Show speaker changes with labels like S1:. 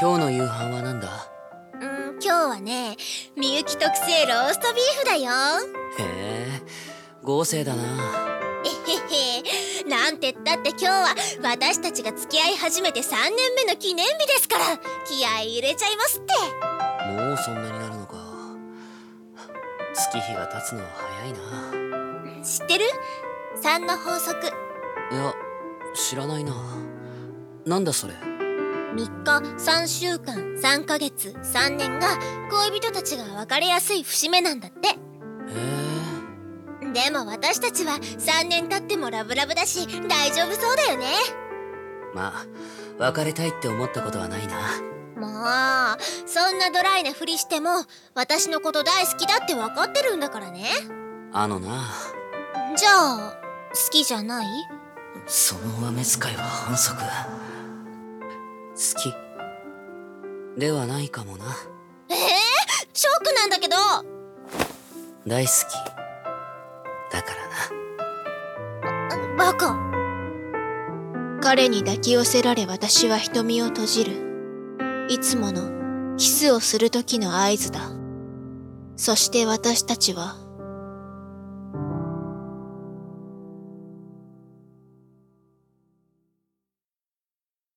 S1: 今日の夕飯はなんだ
S2: うん今日はねみゆき特製ローストビーフだよ
S1: へえ豪勢だな
S2: えへへなんてったって今日は私たちが付き合い始めて3年目の記念日ですから気合い入れちゃいますって
S1: もうそんなになるのか月日が経つのは早いな
S2: 知ってる ?3 の法則
S1: いや知らないななんだそれ
S2: 3日3週間3ヶ月3年が恋人たちが別れやすい節目なんだって
S1: へえ
S2: でも私たちは3年経ってもラブラブだし大丈夫そうだよね
S1: まあ別れたいって思ったことはないな
S2: もうそんなドライなふりしても私のこと大好きだって分かってるんだからね
S1: あのな
S2: じゃあ好きじゃない
S1: その上目遣いは反則好きではないかもな
S2: ええショックなんだけど
S1: 大好きだからな
S2: バカ彼に抱き寄せられ私は瞳を閉じるいつものキスをする時の合図だそして私たちは